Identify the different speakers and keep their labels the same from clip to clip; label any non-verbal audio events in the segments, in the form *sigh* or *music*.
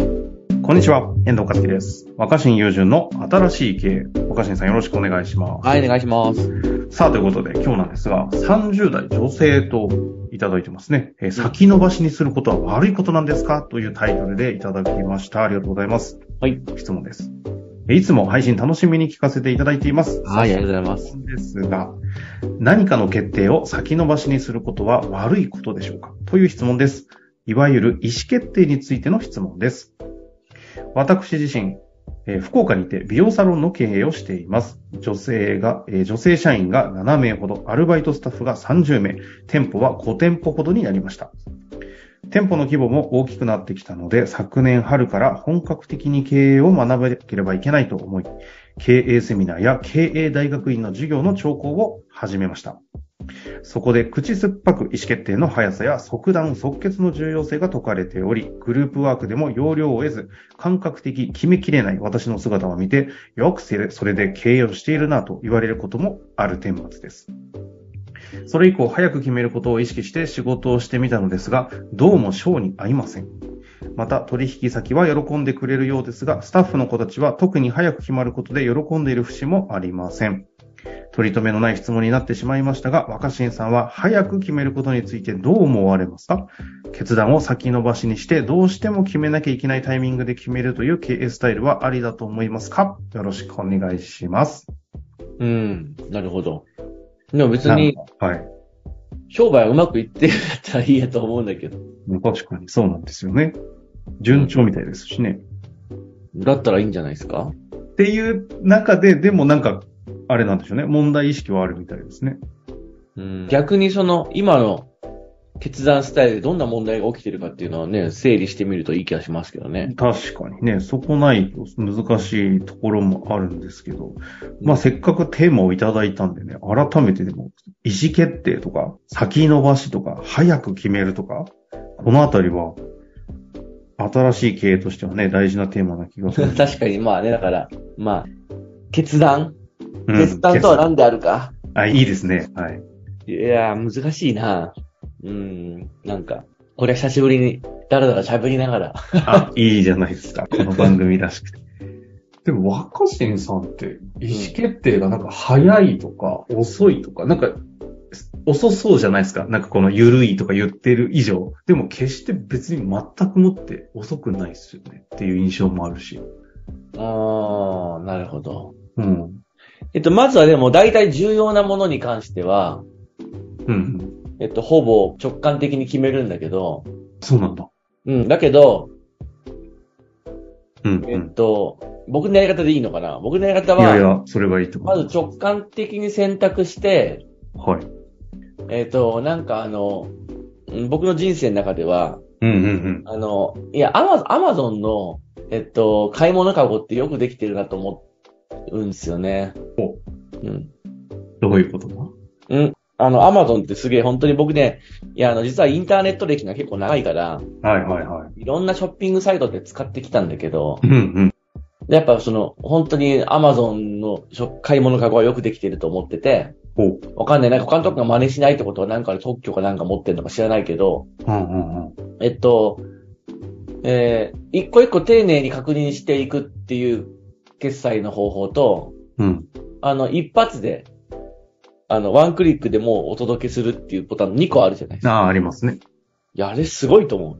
Speaker 1: こんにちは、遠藤和樹です。若新友人の新しい経営。若新さんよろしくお願いします。
Speaker 2: はい、お願いします。
Speaker 1: さあ、ということで今日なんですが、30代女性といただいてますね。えー先延ばしにすることは悪いことなんですかというタイトルでいただきました。ありがとうございます。
Speaker 2: はい。
Speaker 1: 質問です。えーいつも配信楽しみに聞かせていただいています。
Speaker 2: はい、ありがとうございます。
Speaker 1: ですが、何かの決定を先延ばしにすることは悪いことでしょうかという質問です。いわゆる意思決定についての質問です。私自身、えー福岡にて美容サロンの経営をしています。女性が、えー女性社員が7名ほど、アルバイトスタッフが30名、店舗は5店舗ほどになりました。店舗の規模も大きくなってきたので、昨年春から本格的に経営を学べなければいけないと思い、経営セミナーや経営大学院の授業の聴講を始めました。そこで口酸っぱく意思決定の速さや即断即決の重要性が説かれており、グループワークでも要領を得ず、感覚的、決めきれない私の姿を見て、よくせれそれで経営をしているなと言われることもある顛末です。それ以降、早く決めることを意識して仕事をしてみたのですが、どうも性に合いません。また、取引先は喜んでくれるようですが、スタッフの子たちは特に早く決まることで喜んでいる節もありません。取り留めのない質問になってしまいましたが、若新さんは早く決めることについてどう思われますか決断を先延ばしにして、どうしても決めなきゃいけないタイミングで決めるという経営スタイルはありだと思いますかよろしくお願いします。
Speaker 2: うん、なるほど。でも別に、
Speaker 1: はい。
Speaker 2: 商売はうまくいってるんだったらいいやと思うんだけど。
Speaker 1: 確かにそうなんですよね。順調みたいですしね。
Speaker 2: だったらいいんじゃないですか
Speaker 1: っていう中で、でもなんか、あれなんでしょうね。問題意識はあるみたいですね。
Speaker 2: うん。逆にその、今の決断スタイルでどんな問題が起きてるかっていうのはね、整理してみるといい気がしますけどね。
Speaker 1: 確かにね、そこないと難しいところもあるんですけど、まあせっかくテーマをいただいたんでね、改めてでも、意思決定とか、先延ばしとか、早く決めるとか、このあたりは、新しい経営としてはね、大事なテーマな気がする。
Speaker 2: *laughs* *laughs* 確かに、まあね、だから、まあ、決断
Speaker 1: うん
Speaker 2: 決断とは何であるか。
Speaker 1: あ、いいですね。はい。
Speaker 2: いやー、難しいなうん、なんか、これ久しぶりに、だらだら喋りながら。
Speaker 1: あ、いいじゃないですか。この番組らしくて。でも、若新さんって、意思決定がなんか早いとか、遅いとか、なんか、遅そうじゃないですか。なんかこの緩いとか言ってる以上。でも、決して別に全くもって遅くないですよね。っていう印象もあるし。
Speaker 2: ああ、なるほど。
Speaker 1: うん。
Speaker 2: えっと、まずはでも大体重要なものに関しては、
Speaker 1: うん。
Speaker 2: えっと、ほぼ直感的に決めるんだけど、
Speaker 1: そうなんだ。
Speaker 2: うん、だけど、
Speaker 1: うん、
Speaker 2: え
Speaker 1: う
Speaker 2: っ
Speaker 1: ん。
Speaker 2: と、僕のやり方でいいのかな僕のやり方
Speaker 1: いやい
Speaker 2: は、
Speaker 1: や、それはいいと思
Speaker 2: ま
Speaker 1: う。
Speaker 2: ず直感的に選択して、
Speaker 1: はい。
Speaker 2: えっと、なんかあの、うん僕の人生の中では、
Speaker 1: うん、うん、うん。
Speaker 2: あの、いや、アマアマゾンの、えっと、買い物カゴってよくできてるなと思うんですよね。うん。
Speaker 1: どういうことだ
Speaker 2: うん。あの、アマゾンってすげえ、本当に僕ね、いや、あの、実はインターネット歴が結構長いから、
Speaker 1: はい、はい、はい。
Speaker 2: いろんなショッピングサイトで使ってきたんだけど、
Speaker 1: うん、うん。
Speaker 2: やっぱその、本当にアマゾンのショ買い物カゴはよくできてると思ってて、
Speaker 1: おう。
Speaker 2: わかんない。なんか他のとこが真似しないってことはなんか特許かなんか持ってるのか知らないけど、
Speaker 1: うん、うん、うん。
Speaker 2: えっと、えー一個一個丁寧に確認していくっていう決済の方法と、
Speaker 1: うん。
Speaker 2: あの、一発で、あの、ワンクリックでもうお届けするっていうボタン2個あるじゃないですか
Speaker 1: ああ、ありますね。
Speaker 2: いや、あれすごいと思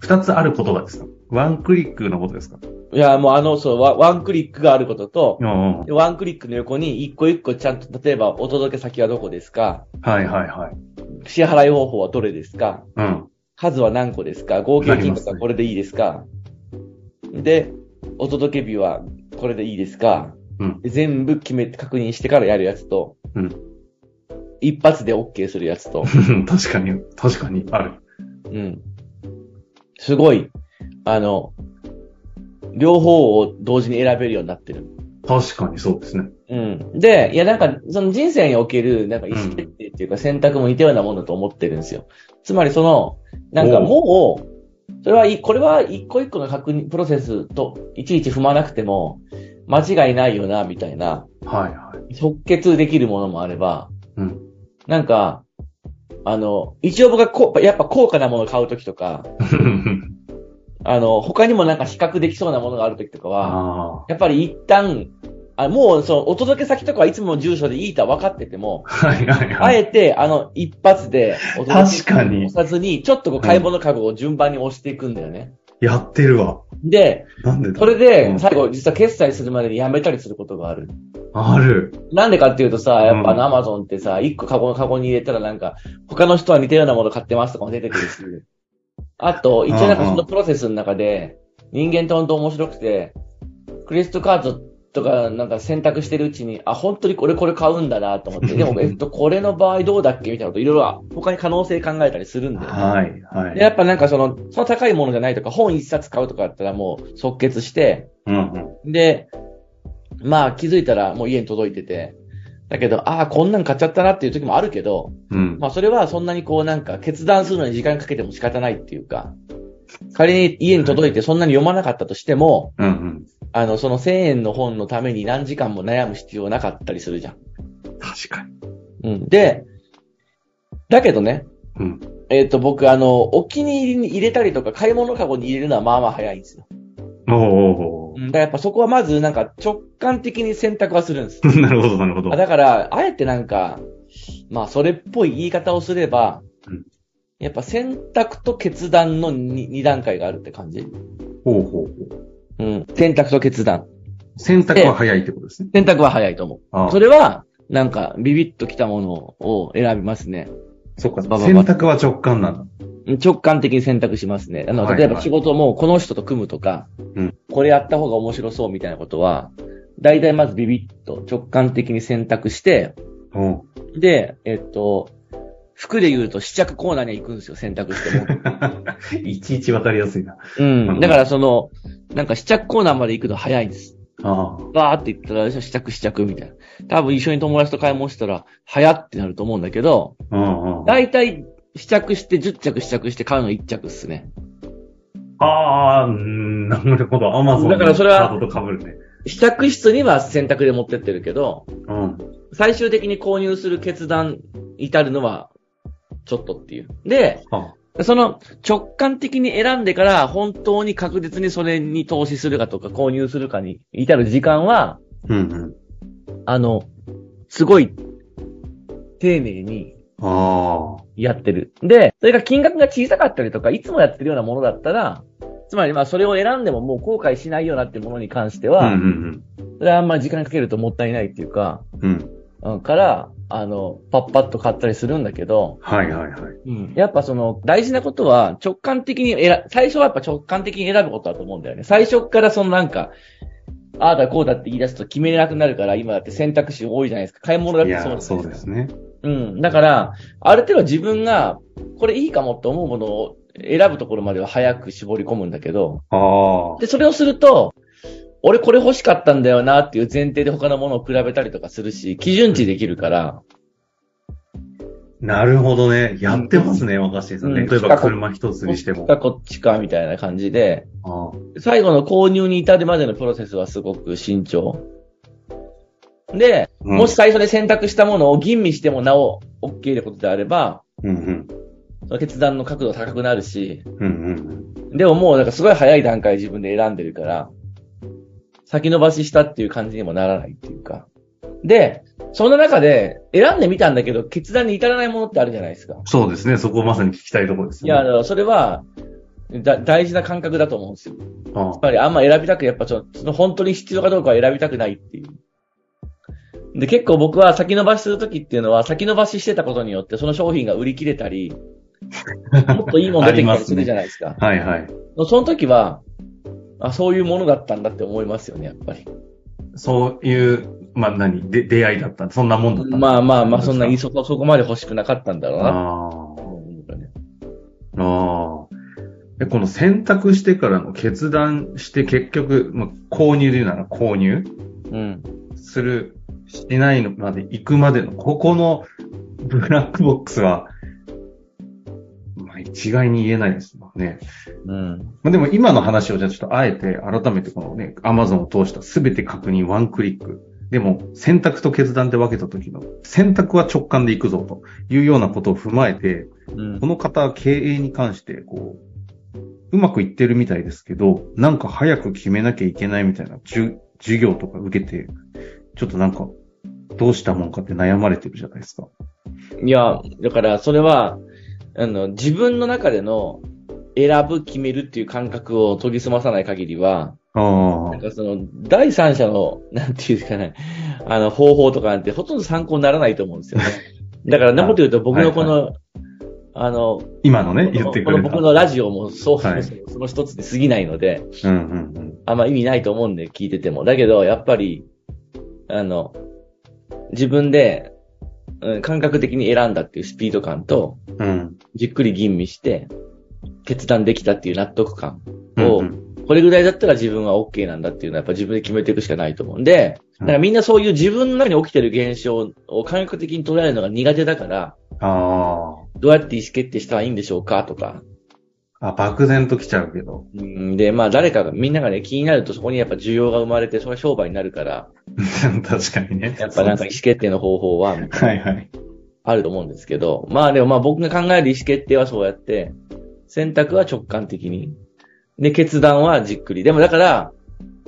Speaker 1: 二つあることがですかワンクリックのことですか
Speaker 2: う。いや、もうあの、そう、ワワンクリックがあることと、
Speaker 1: うんうん。
Speaker 2: ワンクリックの横に一個一個ちゃんと、例えばお届け先はどこですか
Speaker 1: はいはいはい。
Speaker 2: 支払い方法はどれですか
Speaker 1: うん。 *laughs*
Speaker 2: 数は何個ですか合計金額
Speaker 1: なります
Speaker 2: は
Speaker 1: ね
Speaker 2: これでいいですかで、お届け日はこれでいいですか、
Speaker 1: うん
Speaker 2: で全部決めて確認してからやるやつと、
Speaker 1: うん。
Speaker 2: 一発で OK するやつと、
Speaker 1: 確かに、確かに、ある。
Speaker 2: うん。すごい、あの、両方を同時に選べるようになってる。
Speaker 1: 確かにそうですね。
Speaker 2: うん。で、いや、なんか、その人生における、なんか意思決定っていうか選択も似たようなものだと思ってるんですよ。つまりその、なんかもう、それはい、これは一個一個の確認、プロセスといちいち踏まなくても、間違いないよな、みたいな、
Speaker 1: はいはい。
Speaker 2: 即決できるものもあれば、
Speaker 1: うん。
Speaker 2: なんか、あの、一応僕がこう、やっぱ高価なものを買うときとか、あの、他にもなんか比較できそうなものがあるときとかは、
Speaker 1: あ
Speaker 2: やっぱり一旦、あもう、その、お届け先とかはいつもの住所でいいとは分かってても
Speaker 1: あ。、 *laughs* はいはい
Speaker 2: あ
Speaker 1: はい。
Speaker 2: えて、あの、一発で、お届け
Speaker 1: 確かに
Speaker 2: 押さずに、ちょっとこう、買い物カゴを順番に押していくんだよね。
Speaker 1: やってるわ。
Speaker 2: で、
Speaker 1: なんでだ
Speaker 2: それ
Speaker 1: うん
Speaker 2: で、最後、実は決済するまでにやめたりすることがある。
Speaker 1: ある。
Speaker 2: なんでかっていうとさ、やっぱあ
Speaker 1: うん
Speaker 2: の、アマゾンってさ、一個カゴのカゴに入れたらなんか、他の人は似たようなもの買ってますとかも出てくるし。あと、一応なんかそのプロセスの中で、人間と本当面白くて、クレジットカードとかなんか選択してるうちに、あ、本当にこれこれ買うんだなと思って、でも、えっと、これの場合どうだっけみたいなこと、いろいろ他に可能性考えたりするんだよね。
Speaker 1: はいは
Speaker 2: で、や
Speaker 1: い。
Speaker 2: っぱなんかその、その高いものじゃないとか、本一冊買うとかだったらもう即決して、
Speaker 1: うんうん。
Speaker 2: で、まあ気づいたらもう家に届いてて、だけど、ああ、こんなん買っちゃったなっていう時もあるけど、
Speaker 1: うん。
Speaker 2: まあそれはそんなにこうなんか決断するのに時間かけても仕方ないっていうか、仮に家に届いてそんなに読まなかったとしても、
Speaker 1: うん
Speaker 2: あの、その1000円の本のために何時間も悩む必要なかったりするじゃん。
Speaker 1: うん。確かに。
Speaker 2: うん。で、だけどね、
Speaker 1: うん。
Speaker 2: えっ、と僕あの、お気に入りに入れたりとか買い物カゴに入れるのはまあまあ早いんですよ。
Speaker 1: おーおーお
Speaker 2: うん。だからやっぱそこはまずなんか直感的に選択はするんです。
Speaker 1: ー *laughs* なるほどなるほど
Speaker 2: あ。だから、あえてなんか、まあ、それっぽい言い方をすれば、
Speaker 1: うん
Speaker 2: やっぱ選択と決断の 2, 段階があるって感じ
Speaker 1: ほうほうほう。
Speaker 2: うん。選択と決断。
Speaker 1: 選択は早いってことですね。
Speaker 2: 選択は早いと思
Speaker 1: あ
Speaker 2: う。
Speaker 1: あ
Speaker 2: それは、なんか、ビビッときたものを選びますね。
Speaker 1: そっか。
Speaker 2: ばばば
Speaker 1: 選択は直感なんだ。
Speaker 2: 直感的に選択しますね。あの、
Speaker 1: はい
Speaker 2: 例えば
Speaker 1: はい
Speaker 2: 仕事もこの人と組むとか、
Speaker 1: うん
Speaker 2: これやった方が面白そうみたいなことは、大体まずビビッと直感的に選択して、
Speaker 1: おう
Speaker 2: で、えっと、服で言うと試着コーナーに行くんですよ、選択しても。
Speaker 1: いちいちわかりやすいな。
Speaker 2: *laughs* うん。だからその、なんか試着コーナーまで行くの早いんです。
Speaker 1: ああ。
Speaker 2: バーって行ったら、よいしょ試着試着みたいな。多分一緒に友達と買い物したら、早ってなると思うんだけど、
Speaker 1: うんうん。
Speaker 2: 大体試着して10着試着して買うの1着っすね。
Speaker 1: ああ、うーんなるほど。アマゾン
Speaker 2: だからそれは
Speaker 1: カードと被るね。
Speaker 2: 試着室には選択で持ってってるけど、
Speaker 1: うん。
Speaker 2: 最終的に購入する決断に至るのは、ちょっとっていう。で、
Speaker 1: あ
Speaker 2: その直感的に選んでから本当に確実にそれに投資するかとか購入するかに至る時間は、
Speaker 1: うんうん。
Speaker 2: あの、すごい、丁寧に
Speaker 1: あ
Speaker 2: やってる。で、それが金額が小さかったりとか、いつもやってるようなものだったら、つまりまあそれを選んでももう後悔しないようなっていうものに関して
Speaker 1: あ。
Speaker 2: は、
Speaker 1: うんうん
Speaker 2: それはあんまり時間かけるともったいないっていうか、
Speaker 1: うん。うん。
Speaker 2: うん、から、あの、パッパッと買ったりするんだけど、
Speaker 1: はいはいはい。
Speaker 2: うん、やっぱその大事なことは直感的に選、最初はやっぱ直感的に選ぶことだと思うんだよね。最初からそのなんか、ああだこうだって言い出すと決めれなくなるから、今だって選択肢多いじゃないですか。買い物だっ
Speaker 1: い
Speaker 2: て
Speaker 1: や
Speaker 2: そう
Speaker 1: ー、
Speaker 2: です
Speaker 1: そうですね。
Speaker 2: うん。だから、ある程度自分が、これいいかもって思うものを選ぶところまでは早く絞り込むんだけど、
Speaker 1: ああ。
Speaker 2: で、それをすると、俺これ欲しかったんだよなっていう前提で他のものを比べたりとかするし、基準値できるから、
Speaker 1: なるほどね。やってますね、若新さんね。
Speaker 2: うん
Speaker 1: 例えば車一つ
Speaker 2: こっ
Speaker 1: にして
Speaker 2: ち
Speaker 1: も。
Speaker 2: かこっちかみたいな感じで、
Speaker 1: ああ
Speaker 2: 最後の購入に至るまでのプロセスはすごく慎重。で、
Speaker 1: うん
Speaker 2: もし最初で選択したものを吟味してもなお OK なことであれば、
Speaker 1: うんうん。
Speaker 2: その決断の角度高くなるし、
Speaker 1: うんうん
Speaker 2: でももうなんかすごい早い段階で自分で選んでるから、先延ばししたっていう感じにもならないっていうか。で、そんな中で選んでみたんだけど決断に至らないものってあるじゃないですか。
Speaker 1: そうですね。そこをまさに聞きたいところです
Speaker 2: い
Speaker 1: ね。
Speaker 2: や、だ
Speaker 1: あ
Speaker 2: からそれは、だ大事な感覚だと思うんですよ。やっ
Speaker 1: あ
Speaker 2: ぱりあんま選びたく、やっぱちょっとその本当に必要かどうかは選びたくないっていう。で、結構僕は先延ばしするときっていうのは、先延ばししてたことによってその商品が売り切れた *laughs* り、もっといいもの出てきたりするじゃないですか。
Speaker 1: はいはい。
Speaker 2: その時は、あ、そういうものだったんだって思いますよね、やっぱり。
Speaker 1: そういう、まあ何、で出会いだった。そんなもんだった。
Speaker 2: まあまあまあ、そんなに
Speaker 1: そ
Speaker 2: そこ、そこまで欲しくなかったんだろうな。
Speaker 1: ああ。
Speaker 2: うん
Speaker 1: ああ。え、この選択してからの決断して結局、まあ、購入で言うなら購入
Speaker 2: うん。
Speaker 1: する、しないのまで行くまでの、ここのブラックボックスは、まあ一概に言えないですもんね。
Speaker 2: うん。
Speaker 1: まあでも今の話をじゃあちょっとあえて改めてこのね、Amazon を通した全て確認ワンクリック。でも選択と決断で分けた時の選択は直感で行くぞというようなことを踏まえて、
Speaker 2: うん
Speaker 1: こ。の方、経営に関して、こう、うまくいってるみたいですけど、なんか早く決めなきゃいけないみたいな、じゅ授業とか受けて、ちょっとなんか、どうしたもんかって悩まれてるじゃないですか。
Speaker 2: いや、だからそれは、あの、自分の中での選ぶ、決めるっていう感覚を研ぎ澄まさない限りは、
Speaker 1: あ
Speaker 2: なんかその、第三者の、なんていうかね、あの、方法とかなんてほとんど参考にならないと思うんですよ
Speaker 1: *laughs*
Speaker 2: ね。だから、なこと言うと僕のこの、あの、
Speaker 1: あ、今のね、
Speaker 2: こ
Speaker 1: 言
Speaker 2: の
Speaker 1: って
Speaker 2: こ
Speaker 1: く
Speaker 2: の
Speaker 1: れた。
Speaker 2: 僕のラジオもそう、
Speaker 1: はい
Speaker 2: その一つに過ぎないので、
Speaker 1: うんうんうん。
Speaker 2: あんま意味ないと思うんで聞いてても。だけど、やっぱり、あの、自分で、うん感覚的に選んだっていうスピード感と、
Speaker 1: うん。
Speaker 2: じっくり吟味して、決断できたっていう納得感
Speaker 1: うん
Speaker 2: を、
Speaker 1: うん
Speaker 2: これぐらいだったら自分は OK なんだっていうのはやっぱ自分で決めていくしかないと思うんで、
Speaker 1: う
Speaker 2: だ
Speaker 1: ん
Speaker 2: からみんなそういう自分の中に起きてる現象を感覚的に捉えるのが苦手だから、
Speaker 1: あ
Speaker 2: どうやって意思決定したらいいんでしょうかとか。
Speaker 1: あ。あ、漠然と来ちゃうけど。 *laughs*
Speaker 2: うんで、まあ誰かが、みんながね気になるとそこにやっぱ需要が生まれて、それが商売になるから、
Speaker 1: 確かにね。
Speaker 2: やっぱなんか意思決定の方法は
Speaker 1: はいはい。
Speaker 2: あると思うんですけど、まあでもまあ僕が考える意思決定はそうやって、選択は直感的に。で、決断はじっくり。でもだから、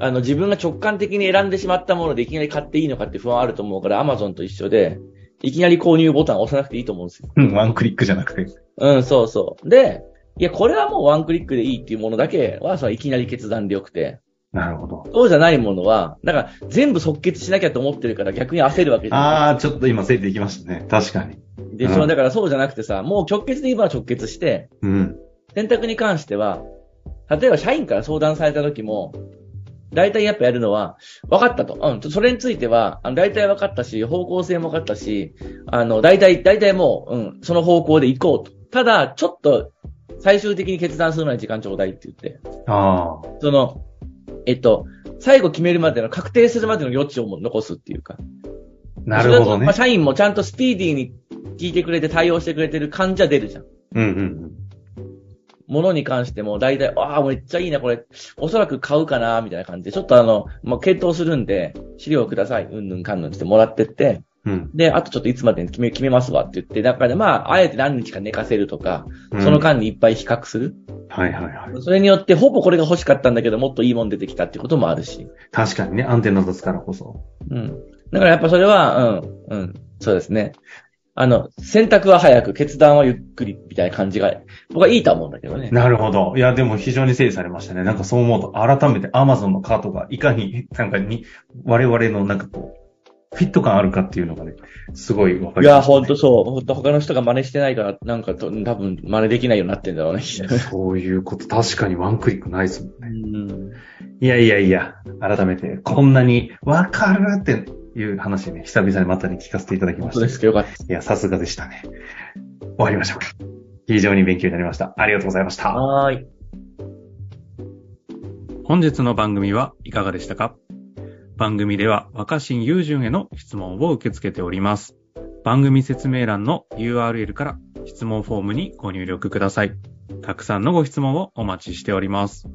Speaker 2: あの自分が直感的に選んでしまったものでいきなり買っていいのかって不安あると思うから、アマゾンと一緒で、いきなり購入ボタンを押さなくていいと思うんですよ。
Speaker 1: うん、ワンクリックじゃなくて。
Speaker 2: うん、そうそう。で、いや、これはもうワンクリックでいいっていうものだけは、そのいきなり決断でよくて、
Speaker 1: なるほど。
Speaker 2: そうじゃないものは、だから全部即決しなきゃと思ってるから逆に焦るわけじゃない。
Speaker 1: ああ、ちょっと今整理できましたね。確かに。
Speaker 2: で、
Speaker 1: うん
Speaker 2: そのだからそうじゃなくてさ、もう直結で今は直結して、
Speaker 1: うん。
Speaker 2: 選択に関しては、例えば社員から相談された時も、大体やっぱやるのは、分かったと。うん、ちょそれについては、あの大体分かったし、方向性も分かったし、あの、大体、大体もう、うん、その方向で行こうと。ただ、ちょっと、最終的に決断するのに時間ちょうだいって言って、
Speaker 1: ああ。
Speaker 2: その、えっと、最後決めるまでの、確定するまでの余地をも残すっていうか。
Speaker 1: なるほ
Speaker 2: それ
Speaker 1: ど
Speaker 2: だと
Speaker 1: ね
Speaker 2: まあ。社員もちゃんとスピーディーに聞いてくれて対応してくれてる感じは出るじゃん。
Speaker 1: うんうん
Speaker 2: ものに関しても、大体、ああ、めっちゃいいな、これ、おそらく買うかな、みたいな感じで、ちょっとあの、まあ、検討するんで、資料ください、うんぬんかんぬんってもらってって、
Speaker 1: うん。うん。
Speaker 2: で、あとちょっといつまでに決め、決めますわって言って、だからまあ、あえて何日か寝かせるとか、
Speaker 1: うん
Speaker 2: その間にいっぱい比較する。
Speaker 1: はいはいはい。
Speaker 2: それによって、ほぼこれが欲しかったんだけど、もっといいもん出てきたってこともあるし。
Speaker 1: 確かにね、アンテナ立つからこそ。
Speaker 2: うん。だからやっぱそれは、うん、うん、そうですね。あの、選択は早く、決断はゆっくり、みたいな感じが、僕はいいとは思うんだけどね。
Speaker 1: なるほど。いや、でも非常に整理されましたね。なんかそう思うと、改めて Amazon のカートがいかに、なんかに、我々のなんかこう、フィット感あるかっていうのがね、すごいわか
Speaker 2: い
Speaker 1: り
Speaker 2: や、
Speaker 1: ます、ね。
Speaker 2: ほんとそう。ほんと他の人が真似してないから、なんかと、多分真似できないようになってんだろうね。
Speaker 1: そういうこと、確かにワンクリックないですもんね。
Speaker 2: うん。
Speaker 1: いやいやいや、改めて、こんなに、わかるっていう話ね、久々にまたに聞かせていただきま
Speaker 2: 本
Speaker 1: し
Speaker 2: 当
Speaker 1: た。
Speaker 2: で
Speaker 1: い
Speaker 2: すけど、よかったです。
Speaker 1: や、さすがでしたね。終わりましょうか。非常に勉強になりました。ありがとうございました。
Speaker 2: はーい。
Speaker 1: 本日の番組はいかがでしたか番組では若新雄純への質問を受け付けております。番組説明欄の URL から質問フォームにご入力ください。たくさんのご質問をお待ちしております。